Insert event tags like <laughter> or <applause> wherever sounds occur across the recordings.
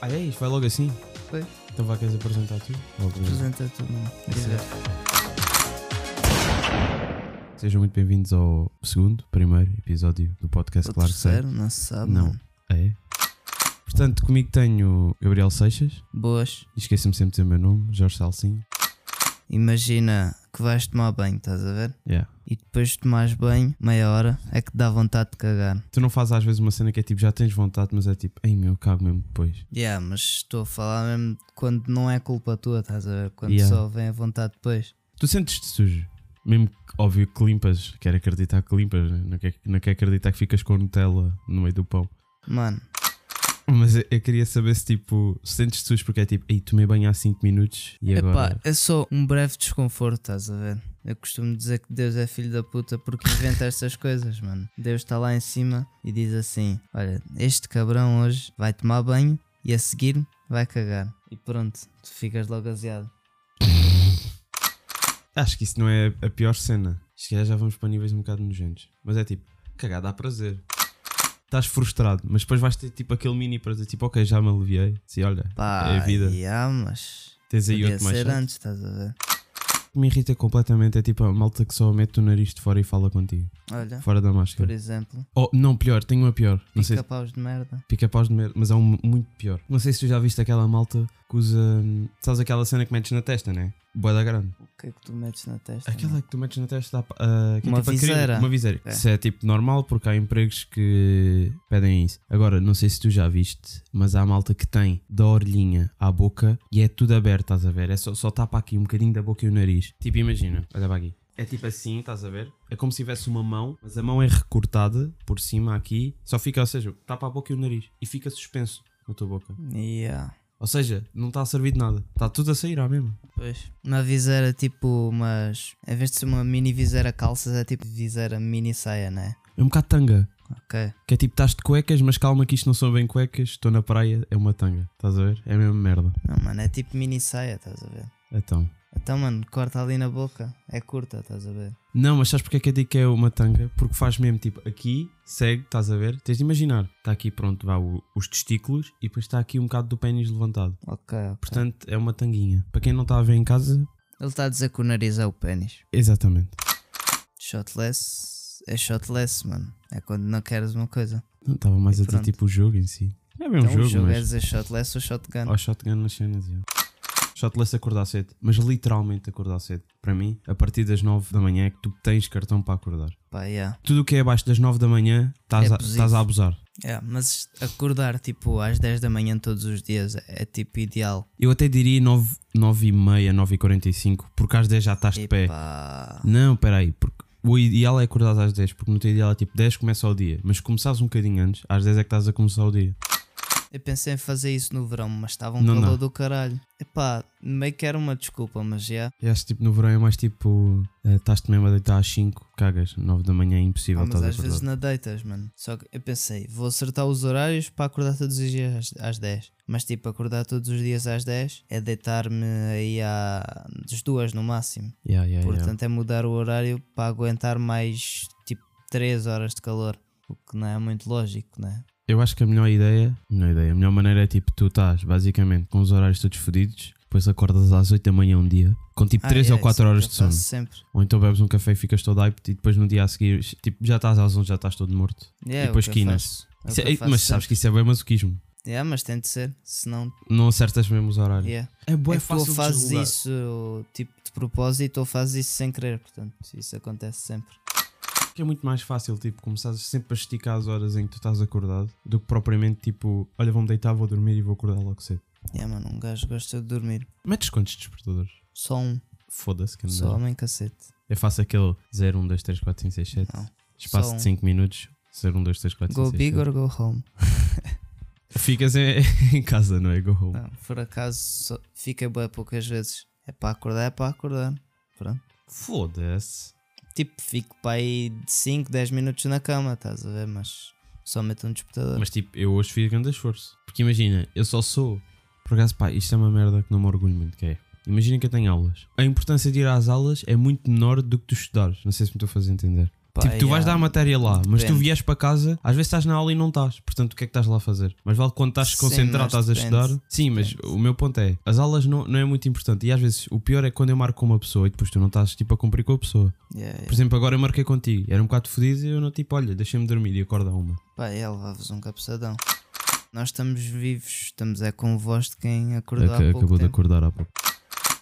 Ah, é isto? Vai logo assim? Pois. Então vá, queres apresentar tu? Apresenta tu, mano. É Sejam muito bem-vindos ao segundo, primeiro episódio do podcast, O claro que sei. terceiro, não se sabe. Não. mano. É. Portanto, comigo tenho Gabriel Seixas, Boas. e esqueci-me sempre de dizer o meu nome, Jorge Salsinho. Imagina que vais tomar banho, estás a ver? Yeah. E depois de tomares banho, meia hora, é que dá vontade de cagar. Tu não fazes às vezes uma cena que é tipo, já tens vontade, mas é tipo, ei meu, cago mesmo depois. Yeah, mas estou a falar mesmo de quando não é culpa tua, estás a ver? Quando Yeah. só vem a vontade depois. Tu sentes-te sujo? Mesmo que, óbvio que limpas, quero acreditar que limpas, né? não quero, não quero acreditar que ficas com Nutella no meio do pão. Mano, Mas eu, eu queria saber se tipo, se sentes-te sujo porque é tipo, ei, tomei banho há 5 minutos e agora. epá, é só um breve desconforto, estás a ver? Eu costumo dizer que Deus é filho da puta porque inventa estas coisas, mano. Deus está lá em cima e diz assim: Olha, este cabrão hoje vai tomar banho e a seguir vai cagar. E pronto, tu ficas logo aziado. Acho que isso não é a pior cena. Se calhar já vamos para níveis um bocado nojentos. Mas é tipo, cagar dá prazer. Estás frustrado, mas depois vais ter tipo aquele mini prazer, tipo, ok, já me aliviei. Se olha, Pá, é a vida. yeah, mas. Tens aí Podia outro mais ser chato. antes, estás a ver? O que me irrita completamente é tipo a malta que só mete o nariz de fora e fala contigo. Olha, Fora da por máscara. exemplo, Oh, não, pior, tenho uma pior. Não sei fica se paus de merda. pica paus de merda, mas é um muito pior. Não sei se tu já viste aquela malta que usa. hum, Sabes aquela cena que metes na testa, né? Boa da grande. O que é que tu metes na testa? Aquela mano? é que tu metes na testa, ah, que é Uma tipo acrílico, viseira. uma viseira. É. Isso é tipo normal porque há empregos que pedem isso. Agora, não sei se tu já viste, mas há malta que tem da orelhinha à boca e é tudo aberto, estás a ver? É só, só tapa aqui um bocadinho da boca e o nariz. Tipo, imagina, olha para aqui. É tipo assim, estás a ver? É como se tivesse uma mão, mas a mão é recortada por cima aqui, só fica, ou seja, tapa a boca e o nariz e fica suspenso na tua boca. Yeah. Ou seja, não está a servir de nada, está tudo a sair à mesma. Pois. Uma viseira tipo, mas em vez de ser uma mini viseira calças, é tipo viseira mini saia, né? É um bocado tanga. Ok. Que é tipo, estás de cuecas, mas calma que isto não são bem cuecas, estou na praia, é uma tanga. Estás a ver? É a mesma merda. Não, mano, é tipo mini saia, estás a ver? Então. Então, mano, corta ali na boca, é curta, estás a ver? Não, mas sabes porque é que eu digo que é uma tanga? Porque faz mesmo tipo aqui, segue, estás a ver? Tens de imaginar. Está aqui, pronto, vá o- os testículos e depois está aqui um bocado do pênis levantado. Ok, ok. Portanto, é uma tanguinha. Para quem não está a ver em casa, Ele está a dizer que o nariz é o pênis. exatamente. Shotless é shotless, mano. É quando não queres uma coisa. Não estava mais E a dizer pronto. tipo o jogo em si. Não é bem um então jogo, o jogo é mas. dizer shotless ou shotgun. Ao shotgun nas cenas, já. Shotless acordar cedo, mas literalmente acordar cedo. Para mim, a partir das 9 da manhã é que tu tens cartão para acordar. Pá, yeah. tudo o que é abaixo das 9 da manhã estás, É a, positivo. estás a abusar. Yeah, mas acordar tipo às 10 da manhã todos os dias é, é tipo ideal. Eu até diria 9, 9 e meia, 9 e 45, porque às 10 já estás de pé. Epá. Não, peraí, porque o ideal é acordar às 10, porque no teu ideal é tipo 10 começa o dia, mas se começares um bocadinho antes, às 10 é que estás a começar o dia. Eu pensei em fazer isso no verão, mas estava um Não calor dá. do caralho. Epá, meio que era uma desculpa, mas já. E acho que tipo no verão é mais tipo, eh, estás-te mesmo a deitar às 5, cagas, 9 da manhã é impossível Ah, mas estás a às vezes acordar. não deitas, mano. Só que eu pensei, vou acertar os horários para acordar todos os dias às, às 10. Mas tipo, acordar todos os dias às 10 é deitar-me aí à... das duas no máximo. Yeah, yeah, yeah. Portanto, é mudar o horário para aguentar mais tipo 3 horas de calor. O que não é muito lógico, né? Eu acho que a melhor ideia, melhor ideia, a melhor maneira é tipo, tu estás basicamente com os horários todos fodidos, depois acordas às 8 da manhã um dia, com tipo Ah, 3 ou é, 4 isso horas eu de sono. faço sempre. Ou então bebes um café e ficas todo hyped e depois no dia a seguir, tipo, já estás às 11, já estás todo morto. Yeah, é o depois que eu quinas. faço. É o Isso que é- eu faço mas sabes sempre. que isso é bem masoquismo. Yeah, mas tem de ser, senão. Não acertas mesmo os horários. Yeah. É bué é que tu de fazes desregular. isso tipo de propósito ou fazes isso sem querer, portanto, isso acontece sempre. Que é muito mais fácil, tipo, começares sempre a esticar as horas em que tu estás acordado do que propriamente, tipo, olha, vou-me deitar, vou dormir e vou acordar logo cedo. É, mano, um gajo gosta de dormir. Metes quantos despertadores? Só um, Foda-se que só não. homem cacete. Eu faço aquele um, 0, 1, 2, 3, 4, 5, 6, 7. Não. Espaço Só um. de 5 minutos. um, 0, 1, 2, 3, 4, 5, Go 6, big 7. or go home. Ficas em, <laughs> em casa, não é? Go home. Não, por acaso só fica bem poucas vezes. É para acordar, é para acordar. Pronto. Foda-se. Tipo, fico para aí de 5, 10 minutos na cama, estás a ver? Mas só meto um despertador. Mas tipo, eu hoje fiz grande esforço. Porque imagina, eu só sou. Por acaso, pá, isto é uma merda que não me orgulho muito, que é. Imagina que eu tenho aulas. A importância de ir às aulas é muito menor do que tu estudares. Não sei se me estou a fazer entender. Pá, tipo, tu vais yeah. dar a matéria lá, mas tu Depende. vies para casa, às vezes estás na aula e não estás. Portanto, o que é que estás lá a fazer? Mas vale quando estás Sim, concentrado, mas estás a estudar. depende. Sim, mas o meu ponto é: as aulas não, não é muito importante. E às vezes o pior é quando eu marco com uma pessoa e depois tu não estás tipo a cumprir com a pessoa. Yeah, yeah. Por exemplo, agora eu marquei contigo, era um bocado fodido e eu não tipo, olha, deixa-me dormir e acorda a uma. Pá, é levar-vos um cabeçadão. Nós estamos vivos, estamos é com voz de quem acordou há Ac- pouco acabou de tempo. acordar há pouco.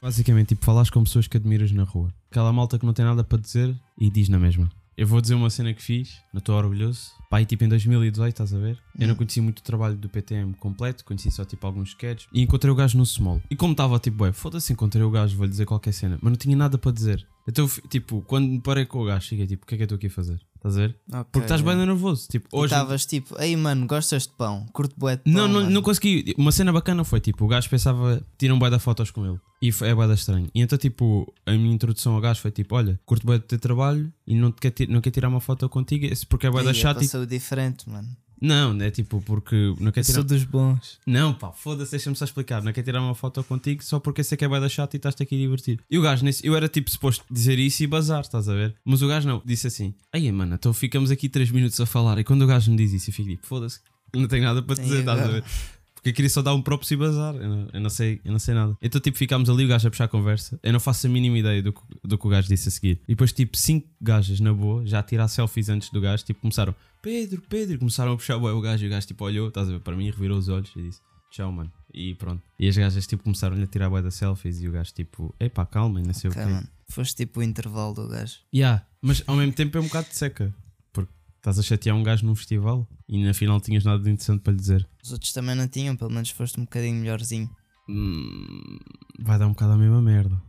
Basicamente, tipo, falas com pessoas que admiras na rua. Aquela malta que não tem nada para dizer e diz na mesma. Eu vou dizer uma cena que fiz, não estou orgulhoso. Pai, tipo em 2018, estás a ver? Eu não Hum. conheci muito o trabalho do PTM completo, conheci só tipo alguns sketches. E encontrei o gajo no small. E como estava tipo, ué, foda-se, encontrei o gajo, vou-lhe dizer qualquer cena. Mas não tinha nada para dizer. Então, fi- tipo, quando me parei com o gajo, cheguei tipo, o que é que eu estou aqui a fazer? Estás a ver? Ok, Porque estás bem yeah. nervoso. Tipo, E hoje. Estavas tipo, ei mano, gostas de pão? Curto bué de pão. Não, não, mano." não consegui. Uma cena bacana foi tipo: o gajo pensava, tiram bué da fotos com ele. E foi, é bué da estranho. E então, tipo, a minha introdução ao gajo foi tipo: olha, curto bué do teu trabalho e não, te quer, ti- não quer tirar uma foto contigo esse- porque é bué Ei, da é chato. para e- ser o diferente, mano. Não, é tipo, porque não quer Eu sou tirar. dos bons. Não, pá, foda-se, deixa-me só explicar. Não quer tirar uma foto contigo só porque sei que é bué da chato e estás-te aqui a divertir. E o gajo, nesse, eu era tipo suposto dizer isso e bazar, estás a ver? Mas o gajo não, disse assim: aí, mano, então ficamos aqui 3 minutos a falar. E quando o gajo me diz isso, eu fico tipo: foda-se, não tenho nada para E dizer, estás a agora? ver? Porque eu queria só dar um props e bazar. Eu não, eu não sei, eu não sei nada. Então, tipo, ficámos ali, o gajo a puxar a conversa. Eu não faço a mínima ideia do, que- do que o gajo disse a seguir. E depois, tipo, cinco gajas na boa, já a tirar selfies antes do gajo, tipo, começaram, Pedro, Pedro, e começaram a puxar bué o gajo. E o gajo, tipo, olhou, estás a ver, para mim, revirou os olhos e disse, tchau, mano. E pronto. E as gajas, tipo, começaram-lhe a tirar bué da selfies. E o gajo, tipo, epá, calma, e não sei Ok, o quê. mano. Foste tipo o intervalo do gajo. Yeah, mas ao mesmo tempo é um bocado de seca. Porque estás a chatear um gajo num festival e na final tinhas nada de interessante para lhe dizer. Os outros também não tinham, pelo menos foste um bocadinho melhorzinho. Hum, vai dar um bocado a mesma merda.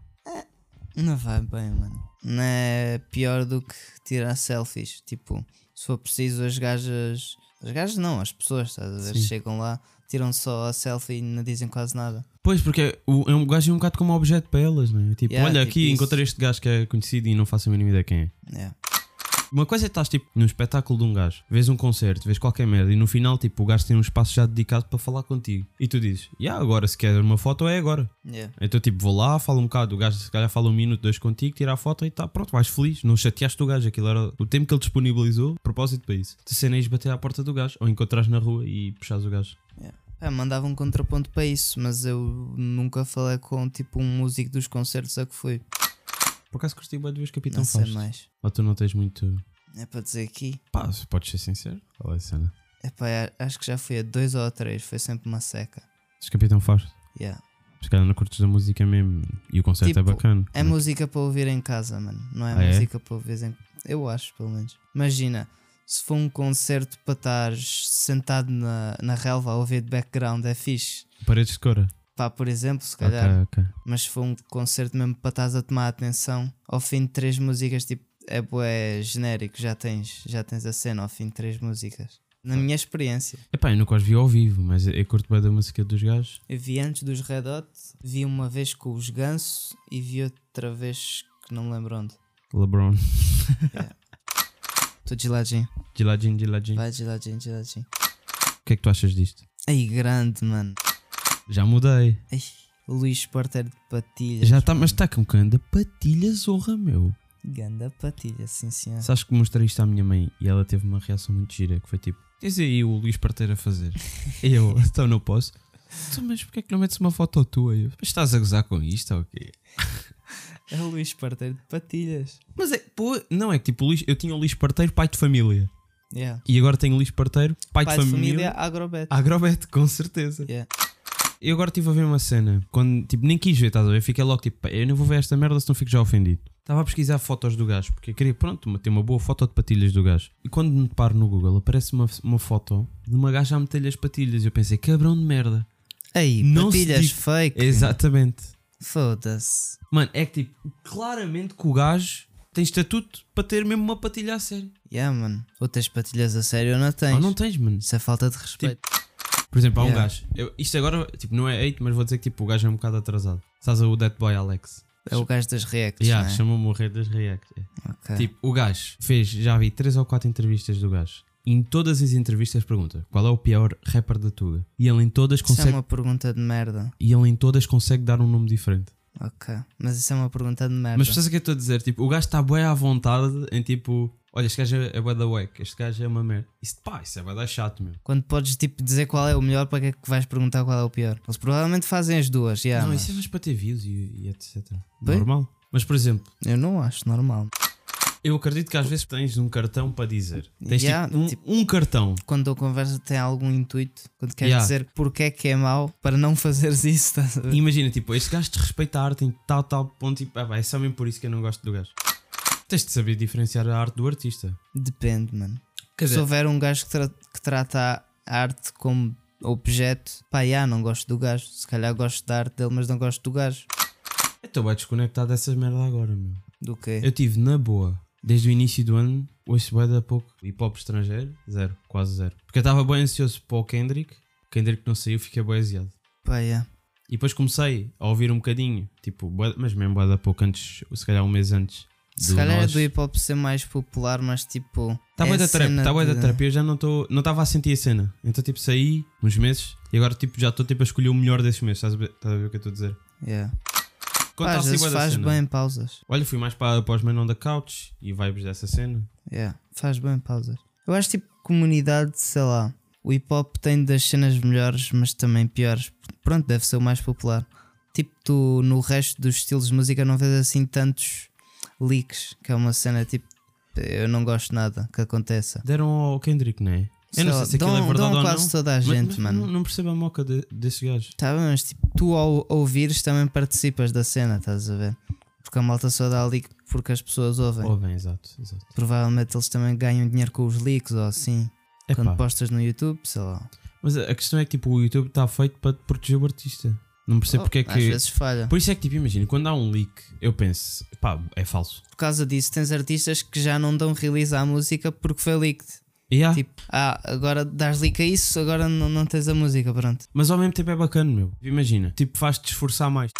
Não vai bem, mano. Não é pior do que tirar selfies. Tipo, se for preciso, as gajas. As gajas não, as pessoas, estás a ver? Sim. Chegam lá, tiram só a selfie e não dizem quase nada. Pois, porque o, é um gajo é um bocado como objeto para elas, não é? Tipo, Yeah, olha tipo aqui, isso. encontrei este gajo que é conhecido e não faço a mínima ideia quem é. É. Uma coisa é que estás tipo num espetáculo de um gajo, vês um concerto, vês qualquer merda e no final, tipo, o gajo tem um espaço já dedicado para falar contigo. E tu dizes, e yeah, agora, se queres uma foto, é agora. Yeah. Então, tipo, vou lá, falo um bocado, o gajo se calhar fala um minuto, dois contigo, tira a foto e tá, pronto, vais feliz. Não chateaste o gajo, aquilo era o tempo que ele disponibilizou, propósito para isso. Tu cena é ires bater à porta do gajo ou encontrares na rua e puxares o gajo. Pá, mandava um contraponto para isso, mas eu nunca falei com tipo um músico dos concertos a que fui. Por acaso curti bem de ver os Capitão não sei Fausto. mais. Ou tu não tens muito. É para dizer aqui. Pá, se podes ser sincero. Qual é a cena? Epá, a- acho que já fui a dois ou a três, foi sempre uma seca. Os Capitão é Fausto. Yeah. Se calhar não curtes a música mesmo. E o concerto é Tipo, bacana. É música para ouvir em casa, mano. Não é Ah, é? música para ouvir em Eu acho, pelo menos. Imagina, se for um concerto para estar sentado na, na relva a ouvir de background, é Tá fixe. Paredes de cora. Pá, por exemplo, se Ok, calhar. ok. Mas se for um concerto mesmo para estás a tomar atenção, ao fim de três músicas, tipo, é bué genérico, já tens, já tens a cena ao fim de três músicas. Na minha experiência. Epá, eu nunca os vi ao vivo, mas eu curto bem da música dos gajos. Eu vi antes dos Red Hot, vi uma vez com os Ganso e vi outra vez que não me lembro onde. LeBron. Estou geladinho. Giladinho, giladinho. Vai geladinho, geladinho. O que é que tu achas disto? Ai, grande, mano. Já mudei. Ai, Luís Porter de patilhas. Já está, mas está com canda patilha zorra, meu. Ganda patilha, sim senhor. Sabes que mostrei isto à minha mãe e ela teve uma reação muito gira, que foi tipo, tens aí o Luís Parteiro a fazer. E eu, então não posso. "Então, Mas porquê é que não metes uma foto tua? E Eu, mas estás a gozar com isto ou quê? É o Luís Porter de patilhas. Mas é, pô, não é que tipo, o Luís- eu tinha o Luís Parteiro pai de família. Yeah. E agora tenho o Luís Parteiro pai, Ah. Pai de família, é agrobet. Agrobet, com certeza. Yeah. Eu agora estive a ver uma cena, quando tipo, nem quis ver, estás a ver? Fiquei logo tipo, "Pá, eu não vou ver esta merda se não fico já ofendido. Estava a pesquisar fotos do gajo, porque eu queria, pronto, uma- ter uma boa foto de patilhas do gajo. E quando me paro no Google, aparece uma, uma foto de uma gaja a meter-lhe as patilhas. E eu pensei, cabrão de merda. Ei, Não se É- patilhas diz- fake. Exatamente. Foda-se. Mano, é que tipo, claramente que o gajo tem estatuto para ter mesmo uma patilha a sério. Yeah, mano. Outras patilhas a sério não tens. Ou Ah, não tens, mano. Isso é falta de respeito. Por exemplo, há um Yeah. gajo. Eu- isto agora, tipo, não é 8, mas vou dizer que tipo, o gajo é um bocado atrasado. Estás a o Dead Boy Alex. é o gajo das reacts, Tipo, Yeah, não é? Chamou-me o rei das react. É. Ok. Tipo, o gajo fez, já vi três ou quatro entrevistas do gajo. Em todas as entrevistas pergunta qual é o pior rapper da Tuga. E ele em todas Isso consegue, é uma pergunta de merda. e ele em todas consegue dar um nome diferente. Ok. Mas isso é uma pergunta de merda. Mas percebes o que eu estou a dizer? Tipo, o gajo está bem à vontade em tipo, Olha, este gajo é, é bué da wack, este gajo é uma merda. Isso, pá, isso é bué da chato, meu. Quando podes tipo dizer qual é o melhor, para que é que vais perguntar qual é o pior? Eles provavelmente fazem as duas, já. não, mas isso é mais para ter views e, e etc. Bem? Normal. Mas, por exemplo, Eu não acho normal. eu acredito que às vezes tens um cartão para dizer. Tens Yeah, tipo, um, tipo- um cartão. Quando a conversa tem algum intuito, quando queres Yeah. dizer porque é que é mau, para não <laughs> fazeres isso, tá? estás a ver? Imagina, tipo, este gajo desrespeita a arte em tal, tal ponto. Tipo, ah, pá, é só mesmo por isso que eu não gosto do gajo. Tens de saber diferenciar a arte do artista. Depende, mano. Quer Se dizer- houver um gajo que, tra- que trata a arte como objeto, pá, já, não gosto do gajo. Se calhar gosto da arte dele, mas não gosto do gajo. Eu estou bem desconectado dessas merda agora, meu. Do quê? Eu tive na boa, desde o início do ano, ouço bué da pouco. Hip hop estrangeiro, zero, quase zero. Porque eu estava bem ansioso para o Kendrick. O Kendrick não saiu, fiquei bem aziado. Pá, já. E depois comecei a ouvir um bocadinho, tipo, bué- mas mesmo bué da pouco antes, se calhar um mês antes. Se calhar é nós. do hip hop ser mais popular, mas tipo. Tá bué é da a trap, cena tá bué da de- trap. Eu já não estou, não estava a sentir a cena. Então tipo saí uns meses e agora tipo já estou tipo a escolher o melhor desses meses. Estás a ver, estás a ver o que eu estou a dizer? Yeah. Quando Pá, tá às assim vezes bué da faz cena. bem pausas. Olha, fui mais para, para os Men on the Couch e vibes dessa cena. Yeah, faz bem pausas. Eu acho tipo comunidade, sei lá. O hip hop tem das cenas melhores, mas também piores. Pronto, deve ser o mais popular. Tipo, tu no resto dos estilos de música não vês assim tantos leaks, que é uma cena tipo. Eu não gosto nada que aconteça. Deram ao Kendrick, não é? Eu Sei não lá, sei se aquilo dão- é verdade dão ou quase não. toda a mas- gente, mas mano. Não, não percebo a moca de, desses gajos. Tá bem, mas tipo, tu ao ouvires também participas da cena, estás a ver? Porque a malta só dá leak porque as pessoas ouvem. Oh, bem, exato, exato. Provavelmente eles também ganham dinheiro com os leaks ou assim. Quando Epá, postas no YouTube, sei lá. Mas a a questão é que tipo, o YouTube está feito para proteger o artista. Não percebo Oh, porque é que. Às vezes falha. Por isso é que tipo, imagina, quando há um leak, eu penso, pá, é falso. Por causa disso, tens artistas que já não dão release à música porque foi leaked. Yeah. Tipo, ah, agora dás leak a isso, agora não, não tens a música, pronto. Mas ao mesmo tempo é bacana, meu. Imagina, tipo, faz-te esforçar mais.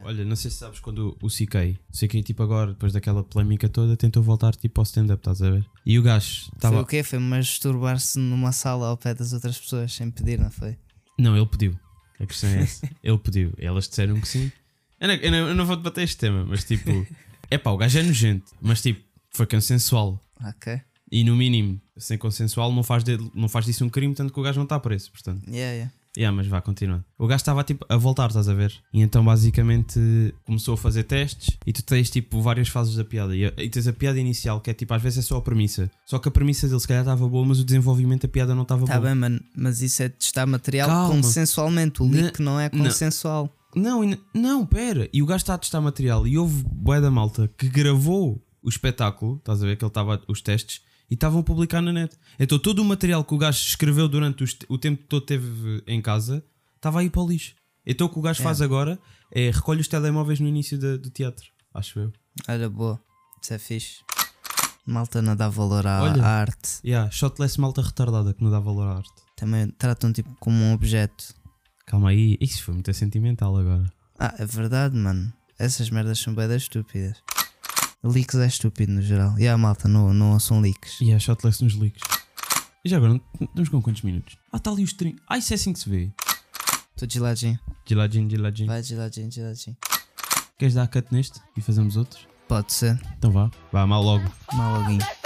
Olha, não sei se sabes quando o CK, o CK, tipo, agora, depois daquela polémica toda, tentou voltar, tipo, ao stand-up, estás a ver? E o gajo Foi estava. o quê? Foi masturbar-se numa sala ao pé das outras pessoas sem pedir, não foi? Não, ele pediu. A questão é essa. <laughs> ele pediu. Elas disseram que sim. Eu não, eu não- eu não vou debater este tema, <laughs> mas tipo. É pá, o gajo é nojento, mas tipo, foi consensual. Ok. E no mínimo, sem consensual, não faz, dele- não faz disso um crime, tanto que o gajo não está preso, portanto. Yeah, yeah. Yeah, mas vá, continua. O gajo estava tipo a voltar, estás a ver? E então basicamente começou a fazer testes e tu tens tipo várias fases da piada. E, e tens a piada inicial, que é tipo, às vezes é só a premissa. Só que a premissa dele se calhar estava boa, mas o desenvolvimento da piada não estava Tá bom. bem, mano, mas isso é testar material Calma. Né- consensualmente. O leak não é não. consensual. Não, e n- não, pera. E o gajo está a testar material e houve bué da malta que gravou o espetáculo, estás a ver? Que ele estava os testes e estavam a publicar na net. Então todo o material que o gajo escreveu durante os te- o tempo que todo teve em casa estava aí para o lixo. Então o que o gajo faz agora é recolhe os telemóveis no início da- do teatro, acho eu. Olha, boa. Isso é fixe. Malta não dá valor à, Olha. à arte. Yeah, shotless malta retardada que não dá valor à arte. Também tratam tipo como um objeto. Calma aí, isso foi muito sentimental agora. Ah, é verdade, mano. Essas merdas são bem estúpidas. Leaks é estúpido no geral. E a malta, não, não ouçam leaks. E yeah, shotless nos leaks. E já agora, estamos com quantos minutos? Ah, está ali os 30. Ah, isso é assim que se vê. Estou de ladinho. De ladinho, de ladinho. Vai de ladinho, de ladinho. Queres dar cut neste e fazemos outros? Pode ser. Então vá. Vá, mal logo. Mal alguém.